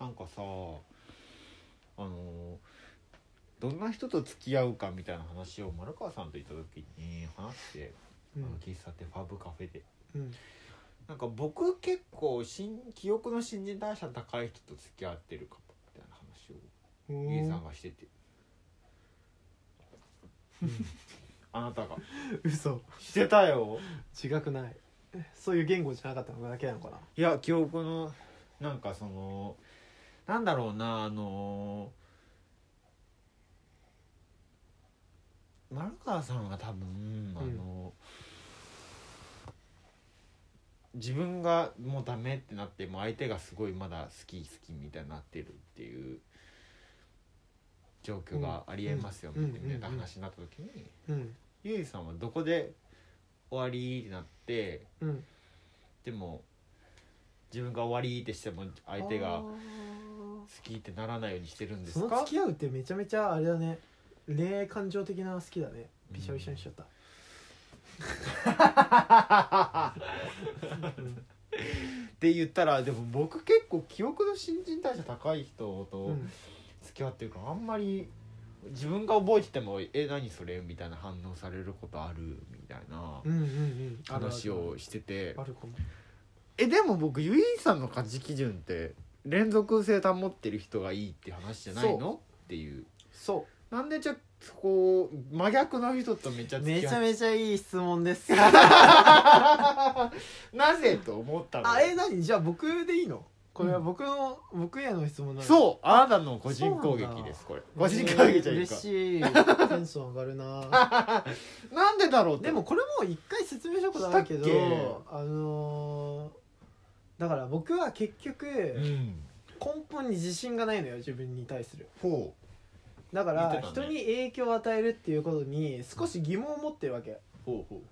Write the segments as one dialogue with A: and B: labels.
A: なんかさあのどんな人と付き合うかみたいな話を丸川さんといた時に話して、
B: うん
A: あの喫茶店ファブカフェで
B: うん
A: なんか僕結構新記憶の新人代謝高い人と付き合ってるかもみたいな話を
B: うん
A: 家さんがしてて、 あなたが
B: 嘘
A: してたよ
B: 違くないえそういう言語じゃなかったのだけなのかない
A: や記憶のなんかそのなんだろうなあの丸川さんが多分あの、自分がもうダメってなっても相手がすごいまだ好き好きみたいになってるっていう状況がありえますよね、
B: うん
A: みたいな話になった時に、
B: うん
A: ゆいさんはどこで終わりってなって
B: うん
A: でも自分が終わりってしても相手
B: あ
A: が好
B: ー
A: きってならないようにしてるんで
B: そ
A: す
B: の
A: か
B: 付き合うってめちゃめちゃあれだね恋愛感情的な好きだねびしょびしょにしちゃった、
A: って言ったらでも僕結構記憶の新陳代謝高い人
B: う
A: と
B: ん
A: 付き合ってるからあんまり自分が覚えてても「え何それ?」みたいな反応されることあるみたいな
B: うんうんうんあるある
A: 話をしてて
B: あるかも
A: えでも僕ゆいさんの価値基準って連続性保ってる人がいいって話じゃないのっていう
B: そ
A: なんでじゃあそこ真逆の人とめっちゃ
B: う
A: 付
B: め
A: き
B: ち
A: 合
B: ゃ
A: っ
B: めちゃいい質問です
A: なぜと思ったの
B: あ え何じゃあ僕でいいのこれは僕の、僕への質問なの
A: そうあなたの個人攻
B: そうな
A: 撃
B: んだ
A: ですこれ
B: えー
A: 個人攻撃じゃいい
B: 嬉
A: か
B: しいテ ンション上がるな
A: なんでだろうと
B: でもこれも一回説明したことあるけど
A: したっけ
B: あのーだから僕は結局
A: うん
B: 根本に自信がないのよ自分に対する
A: ほ
B: だか
A: 言
B: ら
A: ってた
B: 人
A: ね
B: に影響を与えるっていうことに少し疑問を持ってるわけ
A: うほうほ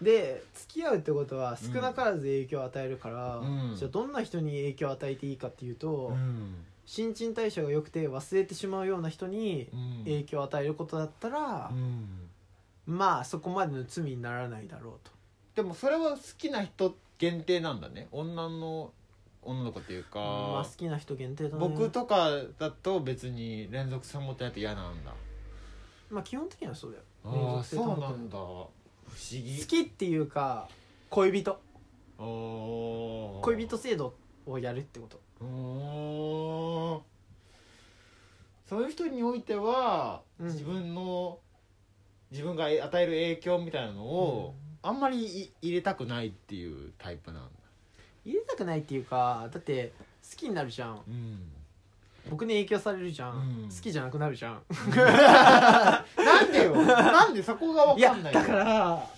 A: う
B: で付き合うってことは少なからず影響を与えるから、
A: うん
B: じゃあどんな人に影響を与えていいかっていうと、
A: うん
B: 新陳代謝が良くて忘れてしまうような人に
A: うん
B: 影響を与えることだったら
A: う、ん
B: まあそこまでの罪にならないだろうと
A: でもそれは好きな人限定なんだね女の女の子っていう
B: まあ
A: か
B: 好きな人限定だね
A: 僕、とかだと別に連続性持ってないと嫌なんだ
B: まあ、基本的にはそうだよ
A: あ
B: 連
A: あ
B: 続性保
A: そ
B: っ
A: う
B: て
A: なんだ不思議
B: 好きっていうか恋人
A: おー
B: 恋人制度をやるってこと
A: うーんそういう人においては、
B: うん
A: 自分の自分が与える影響みたいなのを、あんまりい入れたくないっていうタイプなんだ、
B: 入れたくないっていうかだって好きになるじゃん
A: うん、
B: 僕に影響されるじゃん、
A: うん
B: 好きじゃなくなるじゃん
A: なんでよなんでそこが
B: い
A: 分か
B: や
A: んない
B: だから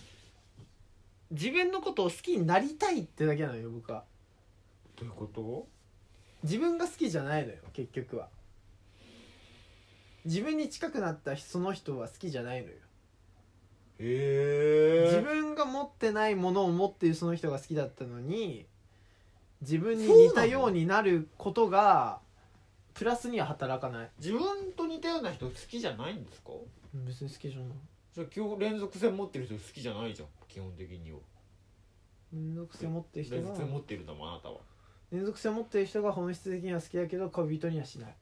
B: 自分のことを好きになりたいってだけなのよ僕は
A: どういうこと
B: 自分が好きじゃないのよ結局は自分に近くなったその人は好きじゃないのよ
A: へ
B: 自
A: え
B: 分が持ってないものを持っているその人が好きだったのに自分に似たようになることがプラスには働かない
A: 自分と似たような人好きじゃないんですか
B: 別に好きじゃない
A: じゃあ基本連続性持ってる人好きじゃないじゃん基本的には
B: 連続性持ってる人
A: 連
B: が
A: 続性持ってるんだもんあなたは
B: 連続性持ってる人が本質的には好きだけど恋人にはしない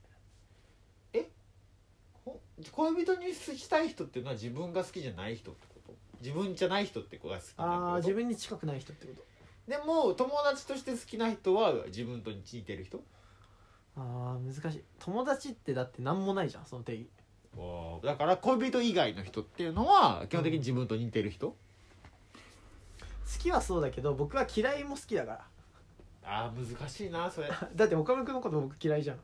A: ほ恋人にしたい人っていうのは自分が好きじゃない人ってこと自分じゃない人って子が好き
B: あー
A: なって
B: 自
A: こ
B: 分に近くない人ってこと
A: とでも友達として好きな人は自分と似てる人
B: あー難しい友達ってだって何もないじゃんその定義
A: だから恋人以外の人っていうのは基本的に自分と似てる人、
B: 好きはそうだけど僕は嫌いも好きだか
A: ああ難しいな それ
B: ら だって岡村君のこと僕嫌いじゃん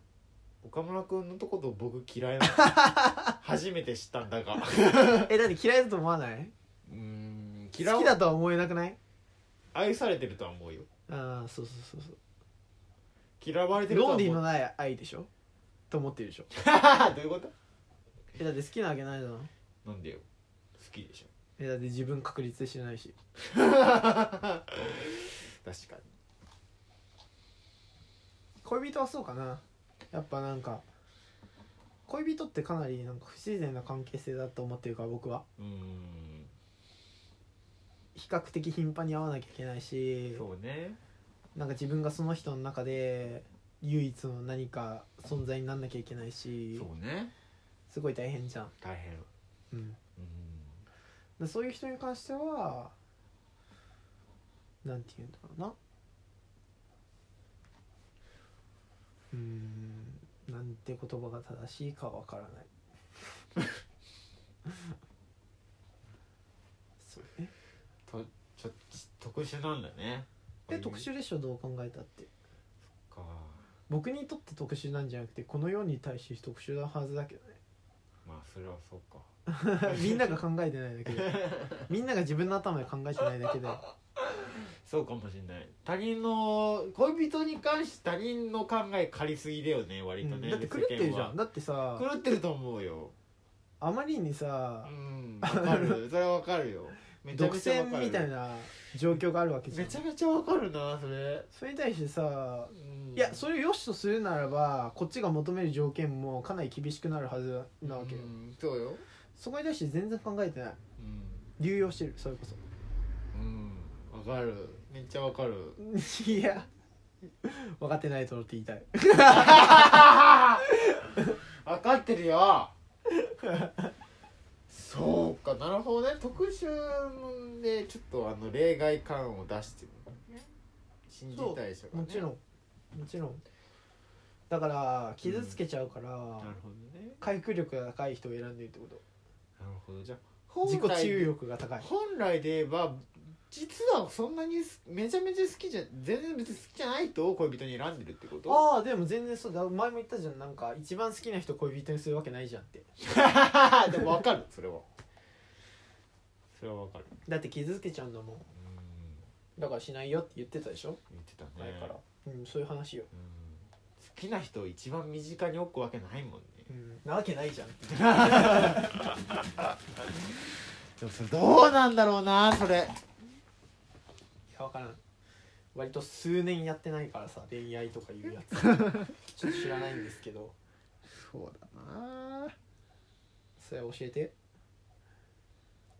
A: 岡村君のとこと僕嫌い なの初めて知ったんだが
B: えだって嫌いだと思わないう
A: ーん
B: 好き
A: 嫌い
B: だとは思えなくない
A: 愛されてるとは思うよ
B: ああそうそうそう
A: 嫌われ
B: そ
A: て
B: う
A: るとは思
B: ロン
A: う
B: リーのない愛でしょと思ってるでしょ
A: どういうこと
B: えだって好きなわけないだろ
A: なんでよ好きでしょ
B: えだって自分確立してないし
A: 確かに
B: 恋人はそうかなやっぱなんか恋人ってかなりなんか不自然な関係性だと思ってるから僕は
A: うーん
B: 比較的頻繁に会わなきゃいけないし
A: そうね
B: なんか自分がその人の中で唯一の何か存在になんなきゃいけないし
A: そうね
B: すごい大変じゃん、
A: 大変
B: うん、
A: うん
B: でそういう人に関してはなんて言うんだろうなうーんなんて言葉が正しいかわからない そうね
A: とちょっと特殊なんだね
B: え特殊でしょどう考えたって
A: か
B: 僕にとって特殊なんじゃなくてこの世に対して特殊なはずだけ どね
A: まあそれはそうか
B: みんなが考えてないだけでみんなが自分の頭で考えてないだけ で
A: そうかもしれない他人の恋人に関して他人の考え借りすぎだよね割とね、
B: うんだって狂ってるじゃん
A: 世
B: だってさ
A: 間は狂ってると思うよ
B: あまりに
A: う
B: さ
A: んわか るそれはわかるよめちゃ
B: 独
A: めちゃわ
B: 占
A: かる
B: みたいな状況があるわけじゃ
A: め
B: ん
A: ちゃめちゃわかるなそれ、
B: それに対してさ
A: うん
B: いやそれを良しとするならばこっちが求める条件もかなり厳しくなるはずなわけよ
A: うんそうよ
B: そこに対して全然考えてない
A: うん
B: 流用してるそれこそ
A: うんわかるめっちゃわかる
B: いや分かってないとろって言いたい
A: 分かってるよそうかなるほどね特殊でちょっとあの例外感を出してる信じたい人が、ね、
B: もちろんもちろんだから傷つけちゃうから、
A: なるほどね
B: 回復力が高い人を選んでるってこと
A: なるほどじゃあ
B: 自
A: 本
B: 己治癒
A: 来
B: 力が高い
A: 本来で言えば実はそんなにすめちゃめちゃ好きじゃ全然別に好きじゃない人を恋人に選んでるってこと
B: ああでも全然そうだ前も言ったじゃんなんか一番好きな人恋人にするわけないじゃんって
A: でも分かるそれはそれは分かる
B: だって傷つけちゃうんだもん
A: うん
B: だからしないよって言ってたでしょ
A: 言ってたね
B: 前から、うんそういう話よ、
A: うん好きな人を一番身近に置くわけないもんね
B: うん、なわけないじゃんって
A: でもそれどうなんだろうなそれ
B: いや分からん割と数年やってないからさ恋愛とかいうや つちょっと知らないんですけど
A: そうだな
B: それ教えて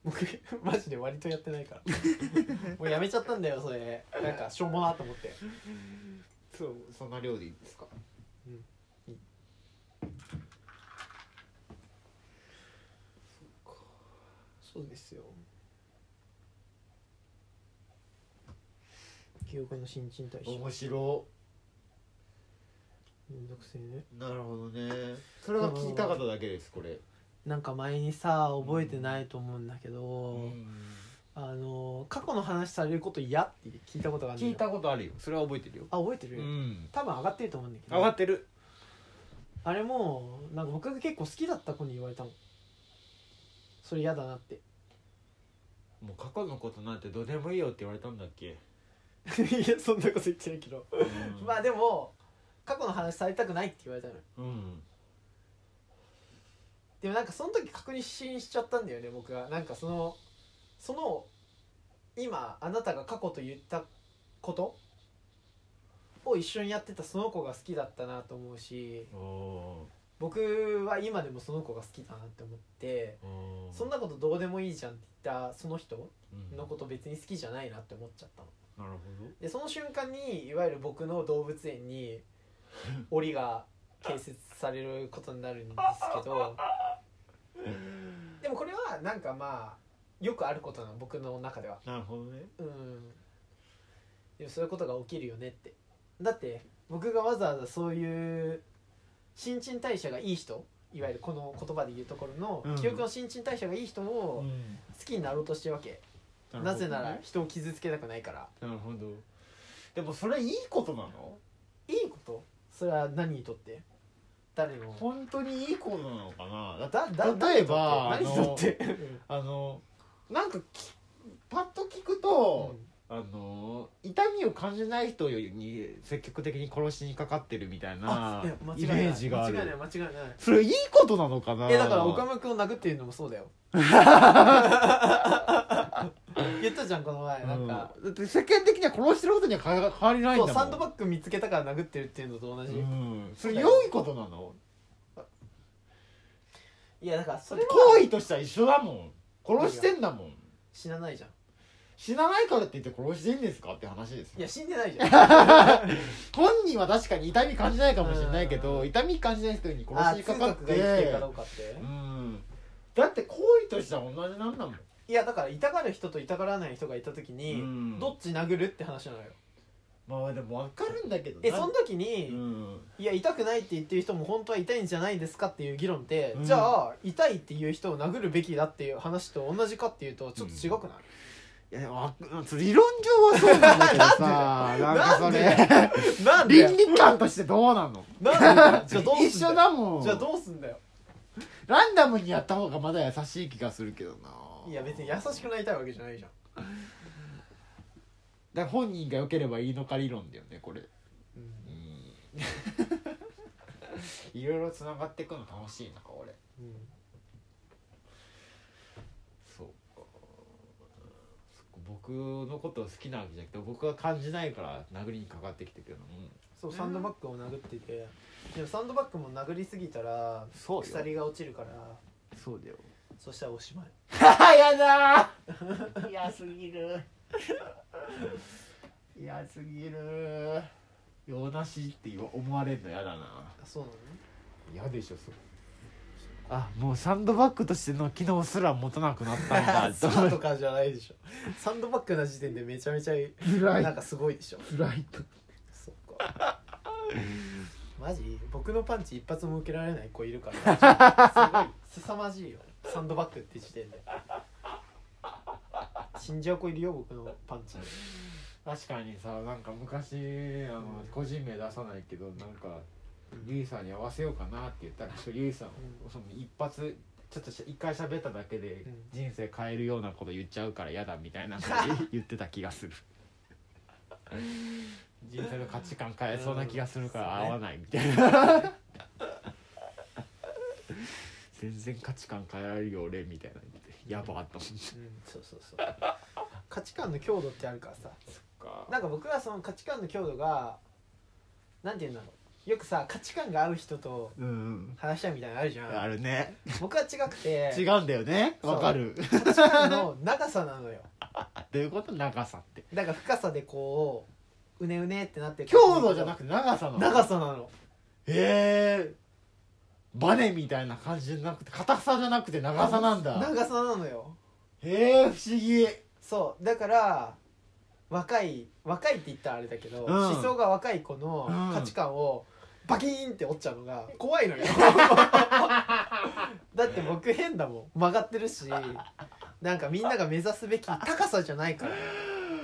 B: 僕マジで割とやってないから もうやめちゃったんだよそれなんかしょうもなと思って
A: そうそんな量でいいですか
B: うんいい
A: そっか
B: そうですよ記憶の新陳代謝
A: 面白
B: めんどくせえね
A: いなるほどねそれが聞きたかっただけですこれ
B: なんか前にさ覚えてないと思うんだけど、
A: うん
B: あの過去の話されること嫌って聞いたことがあるの
A: 聞い
B: よ
A: たことあるよそれは覚えてるよ
B: あ覚えてる、
A: ん
B: 多分上がってると思うんだけ
A: 上がっ
B: ど
A: てる
B: あれもなんか僕が結構好きだった子に言われたのそれ嫌だなって
A: もう過去のことなんてどうでもいいよって言われたんだっ け、
B: いやそんなこと言ってないけど、
A: うん
B: まあでも過去の話されたくないって言われたのよ
A: うん
B: でもなんかその時確認しちゃったんだよね僕がなんかそのその今あなたが過去と言ったことを一緒にやってたその子が好きだったなと思うし
A: おお
B: 僕は今でもその子が好きだなって思ってそんなことどうでもいいじゃんって言ったその人のこと別に好きじゃないなって思っちゃったの
A: なるほど
B: でその瞬間にいわゆる僕の動物園に檻が建設されることになるんです けどでもこれはなんかまあよくあることなの僕の中では
A: なるほどね
B: うんでもそういうことが起きるよねってだって僕がわざわざそういう新陳代謝がいい人いわゆるこの言葉で言うところの、
A: うん
B: 記憶の新陳代謝がいい人を好きになろうとしてるわけ、
A: うん
B: なぜなら人を傷つけたくないから
A: なるほどでもそれいいことなの
B: いいことそれは何にとって誰の
A: 本当にいいことなのかなだ
B: だだ
A: 例えば
B: 何にとって何にとって
A: あのなんかきパッと聞くと、あの痛みを感じない人に積極的に殺しにかかってるみたいな
B: あいや間違
A: イ
B: い
A: メ
B: ない
A: ージがある
B: 間違いない間違いない
A: それいいことなのかな
B: えだから岡村君を殴ってるのもそう だよ言ったじゃんこの前なんか、
A: うんだって世間的には殺してることには変わ変わりないん
B: そ
A: だ
B: う
A: もん
B: サンドバッグ見つけたから殴ってるっていうのと同じ、
A: うんそれ
B: そうだよ
A: 良いことなの
B: いやだからそれは
A: 行為としては一緒だもん殺してんだもん
B: 死なないじゃん
A: 死なないからって言って殺していいんですかって話ですよ
B: いや死んでないじゃんあ
A: 本人は確かに痛み感じないかもしれないけ
B: う
A: ど
B: ん
A: 痛み感じない人に
B: ー
A: 殺しにか
B: 通
A: かっ
B: 学が生きてる
A: て
B: かどうかって
A: うんだって行為としては同じなんだもん
B: いやだから痛がる人と痛がらない人がいた時に、
A: うん
B: どっち殴るって話なのよ
A: まあでも分かるんだけど
B: え
A: な
B: その時に、
A: うん
B: いや痛くないって言ってる人も本当は痛いんじゃないですかっていう議論って、
A: うん
B: じゃあ痛いっていう人を殴るべきだっていう話と同じかっていうとちょっと違くない、
A: いやわ理論上はそうなんだけどさなんか
B: な
A: そ
B: んで
A: れ
B: なんで
A: 倫理観としてどうなの
B: なんでじゃあどうすんだよ
A: 一緒だもん
B: じゃあどうすんだよ
A: ランダムにやった方がまだ優しい気がするけどない
B: いや別に優しくなりたいわけじゃないじゃん
A: だから本人が良ければいいのか理論だよねこれ
B: うん、
A: うんいろいろつながっていくの楽しいな俺
B: うん
A: そうかそっか僕のことを好きなわけじゃなくて僕は感じないから殴りにかかってきてくるのに
B: そうサンドバッグを殴っててでもサンドバッグも殴りすぎたら
A: そうよ
B: 鎖が落ちるから
A: そうだよ
B: そしたらおしまい
A: やだー嫌すぎる嫌すぎる用なしって思われるの嫌だな
B: あそうなのね
A: 嫌でしょそれあもうサンドバッグとしての機能すら持たなくなったん だ
B: スマとかじゃないでしょサンドバッグな時点でめちゃめちゃ
A: 辛
B: なんかすごいでしょ
A: 辛いと
B: そっか マジ僕のパンチ一発も受けられない子い るからすごい凄まじいよサンドバッグって時点で死んじゃう子いるよ僕のパンチ
A: 確かにさなんか昔あの、
B: うん
A: 個人名出さないけどなんかリュウさんに合わせようかなって言っ たらリュウさん、その一発ちょっとし一回喋っただけで
B: うん
A: 人生変えるようなこと言っちゃうから嫌だみたいな こと言言ってた気がする人生の価値観変えそうな気がするから
B: うん
A: 合わないみたいな全然価値観変えられるよ俺みたいな言ってやばっと思って
B: うんそうそうそう価値観の強度ってあるからさなんか僕はその価値観の強度がなんて言うんだろうよくさ価値観が合う人と
A: うん
B: 話したいみたいなのあるじゃん
A: あるね
B: 僕は違くて
A: 違うんだよね
B: そう
A: わかる
B: 価値観の長さなのよ
A: どういうこと長さって
B: だから深さでこううねうねってなってる
A: 強度じゃなくて長さなの
B: 長さなの
A: へえバネみたいな感じじゃなくて硬さじゃなくて長さなんだ
B: 長さなのよ
A: へえ不思議
B: そうだから若い若いって言ったらあれだけど、
A: うん
B: 思想が若い子の
A: うん
B: 価値観をバキーンって折っちゃうのが怖いの よだって僕変だもん曲がってるしなんかみんなが目指すべき高さじゃないから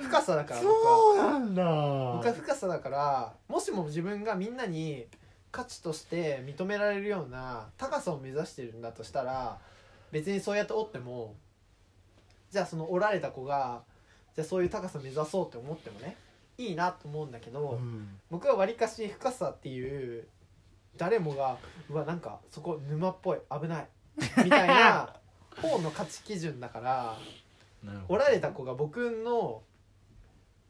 B: 深さだから僕は
A: そうなんだ
B: 僕は深さだからもしも自分がみんなに価値として認められるような高さを目指してるんだとしたら別にそうやって折ってもじゃあその折られた子がじゃあそういう高さ目指そうって思ってもねいいなと思うんだけど、
A: うん
B: 僕はわりかし深さっていう誰もがうわなんかそこ沼っぽい危ないみたいな方の価値基準だから。
A: なるほ
B: お
A: ど
B: られた子が僕の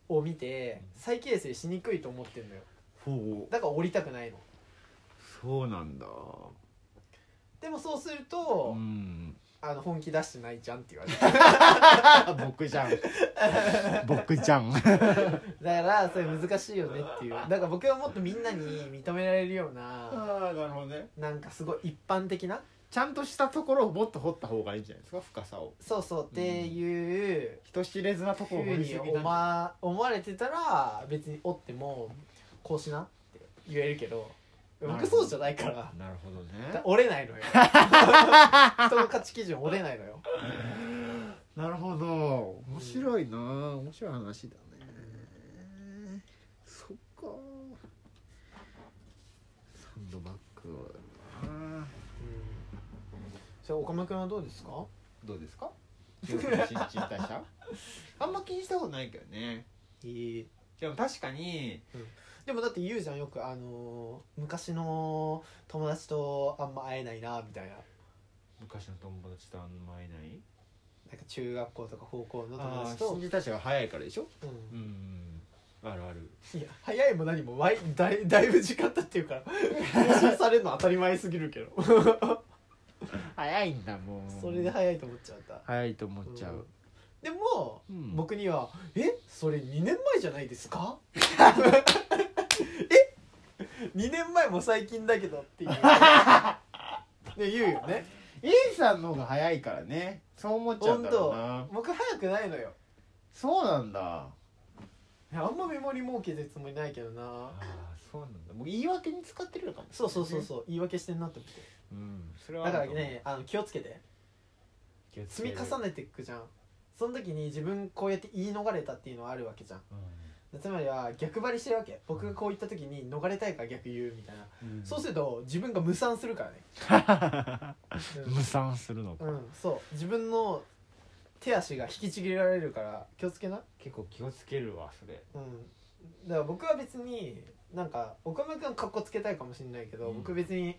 B: を見て再形成しにくいと思ってるのよ
A: ほう
B: だから降りたくないの
A: そうなんだ
B: でもそうする
A: う
B: と、
A: ん
B: あの本気出してないじゃんって言われて
A: あ僕じゃ ん僕じゃん
B: だからそれ難しいよねっていうだから僕はもっとみんなに認められるような
A: あなるほどね
B: なんかすごい一般的な
A: ちゃんとしたところをもっと掘った方がいいんじゃないですか深さを
B: そうそうっていう
A: 人知れずなと
B: ふ
A: ころを
B: う
A: 掘り
B: に
A: すぎ
B: 思
A: な
B: わ思われてたら別におってもこうしなって言えるけど僕そうじゃないから。
A: なるほど
B: だ
A: ね
B: 折れないの よ人の価値基準折れないのよ
A: なるほど面白いな、面白い話だねそっかサンドバッグな
B: それ岡間君はどうですか
A: どうですか新陳代謝 あんま気にしたことないけどね
B: いい
A: でも確かに
B: でもだって言うじゃんよくあのー昔の友達とあんま会えないなみたいな
A: 昔の友達とあんま会えない
B: なんか中学校とか高校の友
A: あ
B: 達
A: あ
B: と
A: 新、陳代謝が早いからでしょ
B: うん
A: んあるある
B: いや早いも何もわい だいだいぶ時間経ってるから 更新されるの当たり前すぎるけど
A: 早いんだもん
B: それで早いと思っちゃった
A: 早いと思っちゃ
B: うん
A: う、
B: でも、
A: うん
B: 僕には「えそれ2年前じゃないで すか? 」え2年前も最近だけどっていうで言うよね
A: A さんの方が早いからねそう思っちゃうん
B: 本
A: だろう
B: 当
A: な
B: 僕早くないのよ
A: そうなんだ
B: いやあんまメモリ儲けてるつもりないけどな
A: ああそうなんだもう言い訳に使ってるのかも
B: そうそうそうそう言い訳してんなって思って
A: ううんそれは
B: だから
A: あると思う
B: ねあの気をつけて
A: 気をつけ
B: 積み
A: る
B: 重ねていくじゃんその時に自分こうやって言い逃れたっていうのはあるわけじゃんでつまりは逆張りしてるわけ僕がこう言った時に逃れたいから逆言うみたいな、
A: うん
B: そうすると自分が無賛するからね
A: 無賛するのか
B: うん、うんそう自分の手足が引きちぎられるから気をつけな
A: 結構気をつけるわそれ
B: うんだから僕は別になんか岡村君かっこつけたいかもしれないけど、
A: うん
B: 僕別に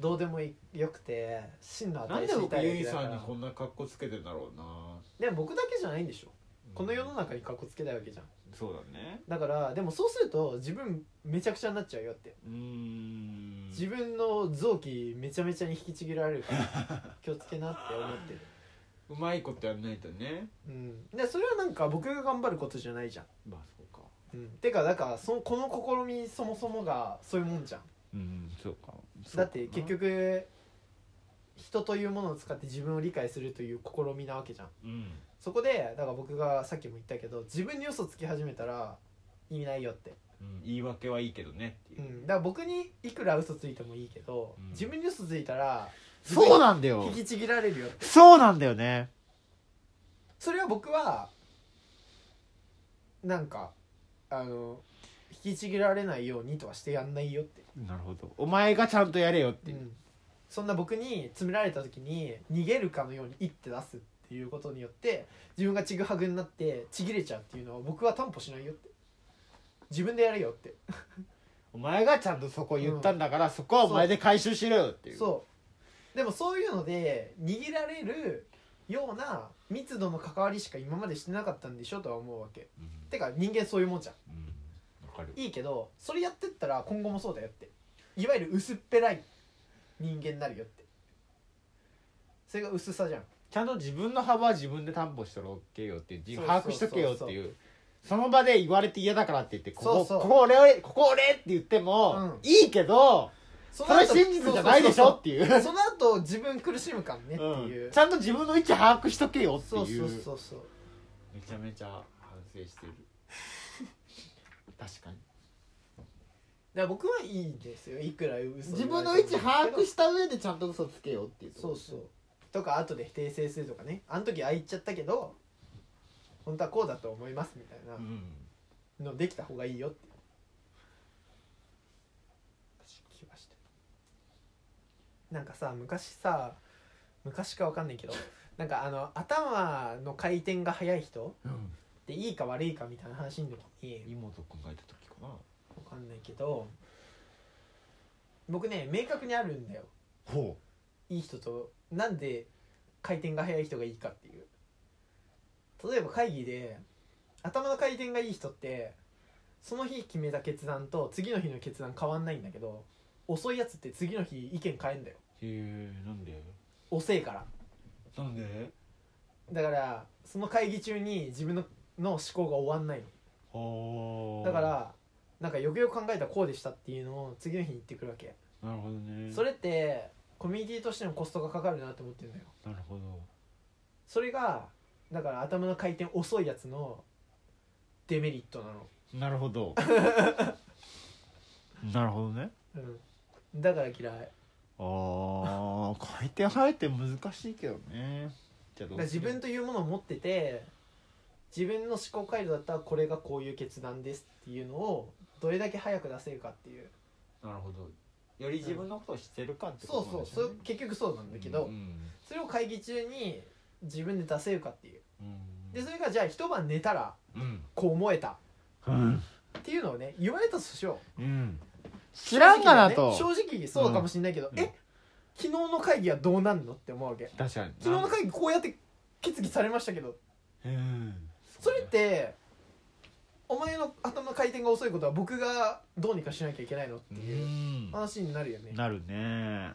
B: どうでもいよくて真の
A: なん
B: 値
A: で
B: 知り
A: 僕
B: たい
A: ゆ
B: わけ
A: い
B: だ
A: さ
B: か
A: んに
B: ら
A: こんな格好つけてんだろうな
B: でも僕だけじゃないんでしょこの世の中にかっこつけたいわけじゃん
A: そうだね
B: だからでもそうすると自分めちゃくちゃになっちゃうよって
A: うーん
B: 自分の臓器めちゃめちゃに引きちぎられるから気をつけなって思ってる
A: うまいことやんないとね
B: うんでそれはなんか僕が頑張ることじゃないじゃん、
A: まあそうか
B: うん、てかだからそこの試みそもそもがそういうもんじゃん
A: うんそうか
B: だって結局人というものを使って自分を理解するという試みなわけじゃん
A: うん
B: そこでだから僕がさっきも言ったけど自分に嘘つき始めたら意味ないよって、
A: うん言い訳はいいけどねっていうう、
B: ん、だから僕にいくら嘘ついてもいいけど、
A: うん
B: 自分に嘘ついたら
A: そうなんだよ
B: 引きちぎられるよ
A: そうなんだよね
B: それは僕はなんかあの引きちぎられないようにとはしてやんないよって、
A: なるほどお前がちゃんとやれよっていう、
B: そんな僕に詰められた時に逃げるかのように一手出すっていうことによって自分がちぐはぐになってちぎれちゃうっていうのは僕は担保しないよって自分でやれよって
A: お前がちゃんとそこ言ったんだから、そこはお前で回収しろよっていう
B: そうでもそういうので逃げられるような密度の関わりしか今までしてなかったんでしょとは思うわけ
A: うん、
B: てか人間そういうもんじゃん
A: うん、わかる
B: いいけどそれやってったら今後もそうだよっていわゆる薄っぺらい人間になるよってそれが薄さじゃん
A: ちゃんと自分の幅は自分で担保しとろけよっていう自
B: そう
A: 把握しとけよっていうその場で言われて嫌だからって言ってここ
B: そうそう
A: ここ俺俺ここ俺って言っても、
B: うん
A: いいけど
B: そ
A: それ真実じゃないでしょっていう
B: そうそうそうその後自分苦しむからねっていう、
A: うんちゃんと自分の位置把握しとけよって
B: そう
A: い
B: そううそうそう
A: めちゃめちゃ反省して る確かに
B: だから僕はいいんですよいくら嘘
A: 自分の位置把握
B: し
A: した上でちゃんと嘘つけよっていうとこ
B: そうそうとか後で訂正するとかねあの時ああ言っちゃったけど本当はこうだと思いますみたいな
A: うん
B: のできた方がいいよっていう気がしてなんかさ昔さ昔かわかんないけどなんかあの頭の回転が速い人
A: うん
B: っていいか悪いかみたいな話の時に
A: 妹考えた時かな
B: わかんないけど僕ね明確にあるんだよ
A: ほ
B: いい人となんで回転が速い人がいいかっていう例えば会議で頭の回転がいい人ってその日決めた決断と次の日の決断変わんないんだけど遅いやつって次の日意見変えんだよ
A: うへえなんで
B: 遅いから
A: なんで
B: だからその会議中に自分のの思考が終わんない
A: ほ
B: の
A: う
B: だからなんかよくよく考えたらこうでしたっていうのを次の日に言ってくるわけ
A: なるほどね
B: それってコミュニティとしてのコストがかかるなって思ってるんだよ
A: なるほど
B: それがだから頭の回転遅いやつのデメリットなの、
A: なるほ どなるほどね
B: うん、だから嫌いだか
A: ああ回転入って難しいけどねじゃあど
B: ら自分というものを持ってて自分の思考回路だったらこれがこういう決断ですっていうのをどれだけ早く出せるかっていう
A: なるほどより自分のことを知ってるかってこ
B: そう
A: と
B: そう
A: そ
B: そう結局そうなんだけど、
A: うん
B: それを会議中に自分で出せるかっていう
A: うん
B: でそれがじゃあ一晩寝たら
A: うん
B: こう思えたっ
A: うん
B: ていうのをね言われたとしよう
A: うん知らんがなと
B: 正直,、ね、正直そうかもしれないけど、
A: うん
B: え昨日の会議はどうなんのって思うわけ
A: 確かに
B: 昨日の会議こうやって決議されましたけど
A: うん
B: それってお前の頭の回転が遅いことは僕がどうにかしなきゃいけないのって
A: う
B: いうん話になるよね
A: なるね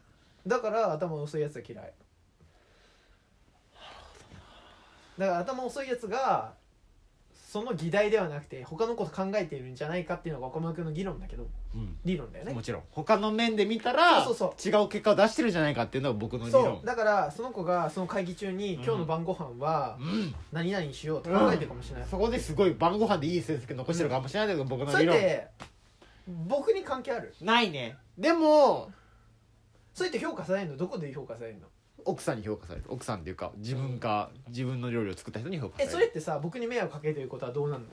B: だから頭の遅いやつは嫌いだから頭遅いやつがその議題ではなくて他のこと考えているんじゃないかっていうのが岡村君の議論だけど
A: うん
B: 理論だよね
A: もちろん他の面で見たら
B: そうそう
A: 違う結果を出してるんじゃないかっていうのが僕の理
B: そ
A: 論
B: うだからその子がその会議中に今日の晩ご飯は
A: うん
B: 何々にしようと考えてるかもしれない、
A: そこですごい晩ご飯でいい成績残してるかもしれないけど、僕
B: そ
A: の
B: れ
A: 理
B: っ
A: 論
B: て僕に関係ある
A: ないねでも
B: それって評価されるのどこで評価されるの
A: 奥さんに評価される奥さんっていうか自分か自分の料理を作った人に評価され
B: え
A: る
B: それってさ僕に迷惑かけてることはどうなるの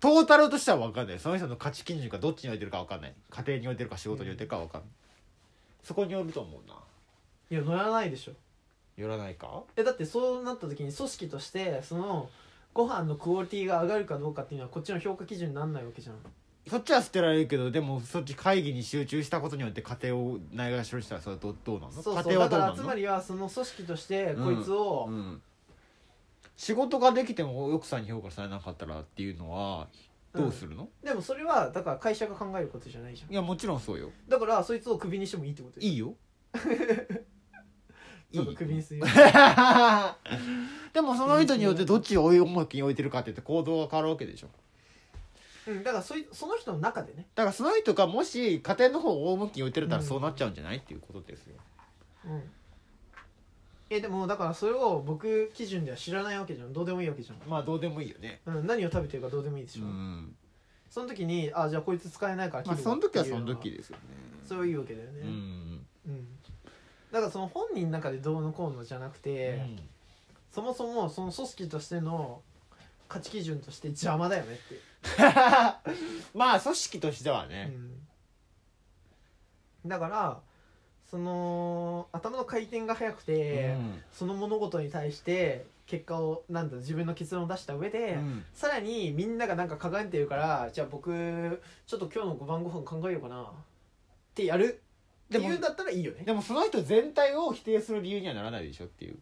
A: トータルとしては分かんないその人の価値基準がどっちに置いてるか分かんない家庭に置いてるか仕事に置いてるか分かんない、そこによると思うない
B: や乗らないでしょ
A: よらないか
B: えだってそうなった時に組織としてそのご飯のクオリティが上がるかどうかっていうのはこっちの評価基準になんないわけじゃん
A: そっちは捨てられるけどでもそっち会議に集中したことによって家庭をないがしろにしたらそれはどどうなの
B: そう
A: 家
B: そう
A: 庭はど
B: だか
A: うなの
B: らつまりはその組織としてこいつを、
A: うん、仕事ができても奥さんに評価されなかったらっていうのはどうするの、
B: でもそれはだから会社が考えることじゃないじゃん
A: いやもちろんそうよ
B: だからそいつをクビにしてもいいってこと
A: い
B: い
A: い よい
B: なんか
A: い
B: クビにするよ
A: でもその人によってどっちを重きに置いてるかって言って行動が変わるわけでしょ
B: うんだからそいその人の中でね
A: だからその人がもし家庭の方を重きに置いてるたら
B: うん
A: そうなっちゃうんじゃないっていうことですよ
B: うんえでもだからそれを僕基準では知らないわけじゃんどうでもいいわけじゃ
A: まあどうでもいいよね
B: ん、うん、何を食べてるかどうでもいいでしょ、
A: ん
B: その時にあじゃあこいつ使えないから切
A: まあ
B: る
A: その時はその
B: って
A: 時
B: いう
A: ですよね
B: はそれはいいわけだよね、
A: うん
B: うんだからその本人の中でどうのこうのじゃなくて、そもそもその組織としての価値基準として邪魔だよねって、
A: まあ組織としてはね
B: うんだからその頭の回転が速くて、
A: うん
B: その物事に対して結果をなんだ自分の結論を出した上で、
A: うん
B: さらにみんながなんか輝いてるからじゃあ僕ちょっと今日のご晩ご飯考えようかなってやるって
A: でも
B: いうんだったらいいよね
A: でもその人全体を否定する理由にはならないでしょっていう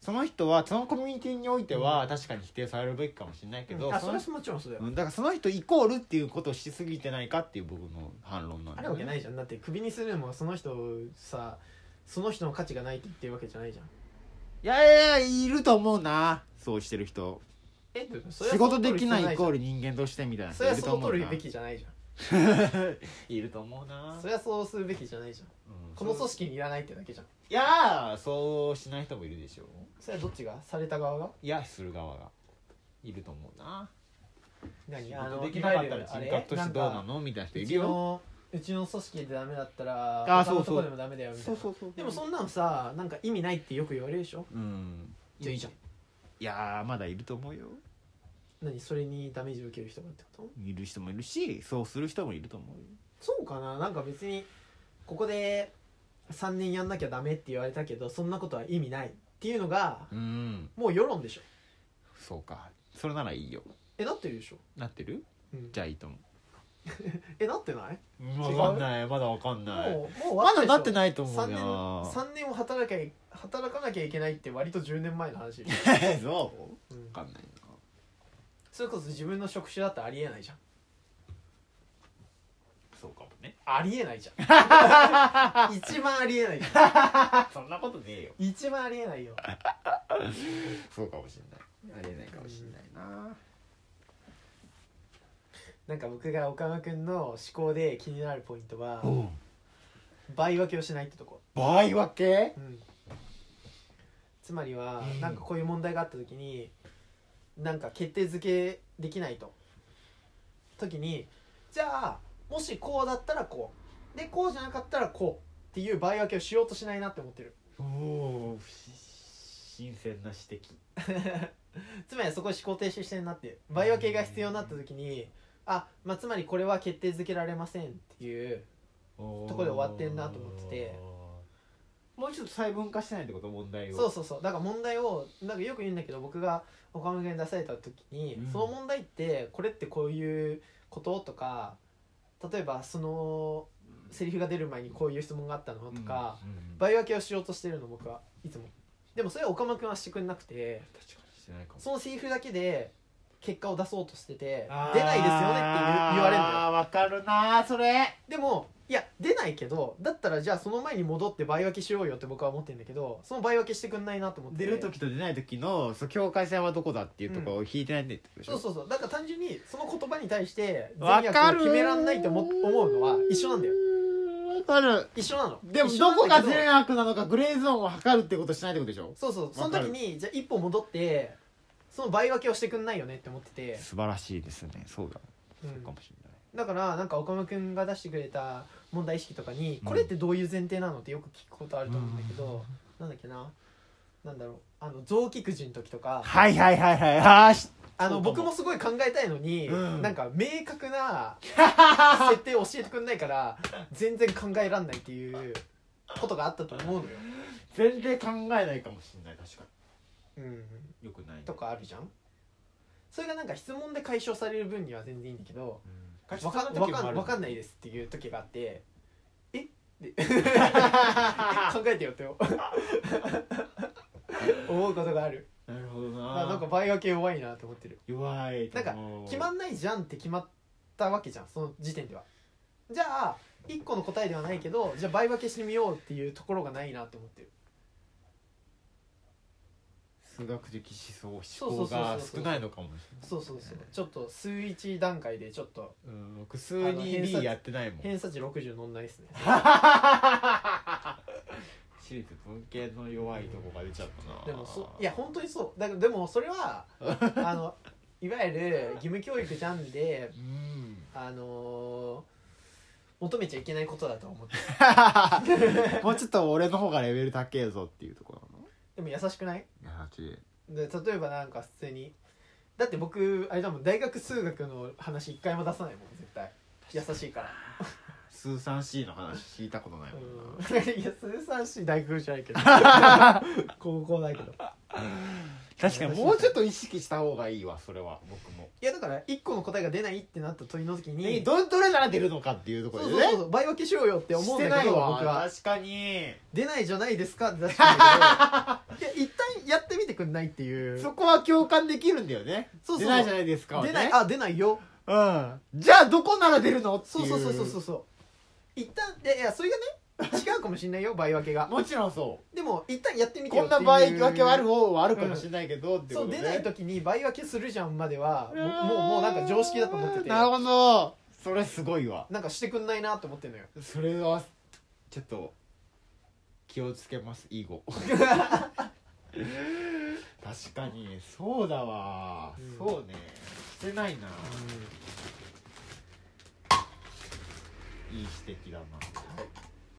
A: その人はそのコミュニティにおいては確かに否定されるべきかもしれないけど、
B: うんあ
A: そ
B: そ
A: の
B: れはもちろんそうだよ、
A: うんだからその人イコールっていうことをしすぎてないかっていう僕の反論なん
B: あ
A: だ
B: る
A: よ
B: わけ
A: ね
B: ないじゃんだってクビにするのもその人をさその人の価値がないって言ってるわけじゃないじゃん
A: いやいやいやいると思うなそうしてる人
B: え
A: 仕事できないイコー
B: ル
A: ル人間としてみたいな
B: そ
A: 人い
B: れは
A: ると
B: そう
A: 思う
B: 取
A: な
B: るべきじゃないじゃ
A: いると思うなん
B: それはそうするべきじゃないじゃん
A: うん
B: この組織にいらないってだけじゃん
A: いやーそうしない人もいるでしょ
B: それはどっちがされた側が
A: いやする側がいると思うな
B: 何
A: 仕
B: あ
A: 事
B: の
A: できなかったら人
B: いわゆるあれ
A: 格としてどうな
B: なんか
A: のみたいな人いうる
B: ち
A: よ
B: のうちの組織でダメだったら
A: あ
B: 他のと
A: そうそ
B: こ
A: う
B: でもダメだよみたいな
A: うそう
B: でもそんなのさなんか意味ないってよく言われるでしょ
A: うん
B: じゃあいいじゃん
A: いやーまだいると思うよ
B: 何それにダメージ受ける人がってこと
A: いる人もいるしそうする人もいると思うよ
B: そうかななんか別にここで3年やんなきゃダメって言われたけどそんなことは意味ないっていうのが
A: うん
B: もう世論でしょ
A: そうかそれならいいよ
B: えなってるでしょ、
A: なってる
B: うん
A: じゃあいいと思
B: えなってないう違う
A: わかんないまだわかんない
B: もうもう
A: まだなって
B: い
A: ないと思
B: 3
A: う
B: 年
A: よ
B: 3年を働け働かなきゃいけないって割と10年前の話、
A: 年 そう
B: うん
A: わかんないな
B: それこそ自分の職種だってありえないじゃん
A: そうかも ね
B: ありえない じゃん一番ありえないじゃん
A: あそんなことねえよ
B: 一番ありえないよ
A: そうかもしんないありえないかもしんないな
B: なんか僕が岡野くんの思考で気になるポイントは
A: うん
B: 倍分けをしないってとこ
A: 倍分け
B: うんつまりは、
A: うん
B: なんかこういう問題があった時になんか決定づけできないと時にじゃあもしこうだったらこうでこうじゃなかったらこうっていう倍分けをしようとしないなって思ってる
A: おお新鮮な指摘
B: つまりそこを思考停止してんなって倍分けが必要になった時にあ、まあ、つまりこれは決定づけられませんっていう
A: と
B: とこで終わってんなと思ってて
A: もうちょっと細分化してないってこと問題を
B: そうそうそうだから問題をなんかよく言うんだけど僕が岡村君に出された時に、
A: うん
B: その問題ってこれってこういうこととか例えばそのセリフが出る前にこういう質問があったのとか、
A: うんうん
B: 倍分けをしようとしてるの僕はいつもでもそれは岡村君はしてくれなくて
A: 確かにしてないかも
B: そのセリフだけで結果を出そうとしてて
A: あー
B: 出ないですよねって言う言われるんだよ
A: わかるなーそれ
B: でもいや出ないけどだったらじゃあその前に戻って倍分けしようよって僕は思ってるんだけどその倍分けしてくんないなと思って
A: 出る時と出ない時のそう境界線はどこだっていうところを引いてないってことでしょ、
B: そうそうそうだから単純にその言葉に対して
A: わ
B: 善悪
A: か
B: を
A: る
B: 決めらんないと思思うのは一緒なんだよ
A: わかる
B: 一緒なの
A: でも
B: 一緒
A: ど
B: な
A: こ
B: んだ
A: が
B: け
A: 善悪なのかグレーゾーンを測るってことしないってことでしょ
B: そうそうその時にじゃあ一歩戻ってその倍分けをしてくんないよねって思ってて、
A: 素晴らしいですねそうだ、
B: うん
A: そうかもしれない
B: だからなんか岡村君が出してくれた問題意識とかに、
A: うん
B: これってどういう前提なのってよく聞くことあると思うんだけど、なんだっけななんだろうあの臓器くじの時とか
A: はいはいはいはいああし
B: あの
A: そうかも
B: 僕もすごい考えたいのに、
A: うん
B: なんか明 確な設定を教えてくんないから全然考えらんないっていうことがあったと思うのよ、
A: 全然考えないかもしれない確か
B: うん、
A: によくない
B: とかあるじゃんそれがなんか質問で解消される分には全然いいんだけど
A: わ
B: わかんわかんわかんないいですっていう時があってえって 考えてよって思うことがある
A: なるほど
B: あなんか
A: な
B: 倍分け弱いなと思ってる
A: 弱いと思う
B: 決まんないじゃんって決まったわけじゃんその時点ではじゃあ1個の答えではないけどじゃあ倍分けしてみようっていうところがないなと思ってる
A: 数学的思想
B: そう
A: 思
B: そ
A: 考
B: うそうそう
A: が少ないのかもし
B: そうそうそうちょっと数一段階でちょっと
A: れないうん僕数に B やってないもん
B: 偏差値60乗んないですね
A: 私立文系の弱いとこが出ちゃったな
B: でもそいや本当にそうだからでもそれはあのいわゆる義務教育じゃんで
A: うん
B: あのー求めちゃいけないことだと思って
A: もうちょっと俺の方がレベル高えぞっていうところ
B: でも優しくない
A: なのいや
B: で例えばなんか普通にだって僕あれだもん大学数学の話一回も出さないもん絶対優しいから
A: 数 3C の話聞いたことないもんな
B: うん いや数三し大学じゃないけ ど高校だけど
A: 確かにもうちょっと意識した方がいいわそれは僕も
B: いやだから一個の答えが出ないってなった問いの時
A: え
B: に
A: どどれなら出るのかっていうとこ
B: そう
A: ろ
B: そ
A: でね
B: うそうそう倍分けしようよって思うんだけど僕は
A: 確かに
B: 出ないじゃ ないですかって出してるんだけどいや一旦やってみてくんないっていう
A: そこは共感できるんだよね
B: そうそう
A: 出ないじゃないですかはね
B: 出ないあ出ないよ
A: うんじゃあどこなら出るのってい
B: そうそうそうそうそううそう一旦でいやそれがね違うかもしれないよ倍分けが
A: もちろんそ
B: でも一旦やって
A: う
B: み
A: こ
B: てよ
A: ん
B: って
A: な
B: いう
A: 場合分けはある方はあるかもしれないけどってこ
B: そ
A: と
B: う
A: ね
B: 出ない時に倍分けするじゃんまではもう
A: あー
B: もうもうなんか常識だと思ってて
A: なる
B: な
A: ほどそれすごいわ
B: んかしてくんないなと思ってんのよ
A: それはちょっと気をつけます以 後確かにそうだわ、
B: うん
A: そうねしてないな、いい指摘だな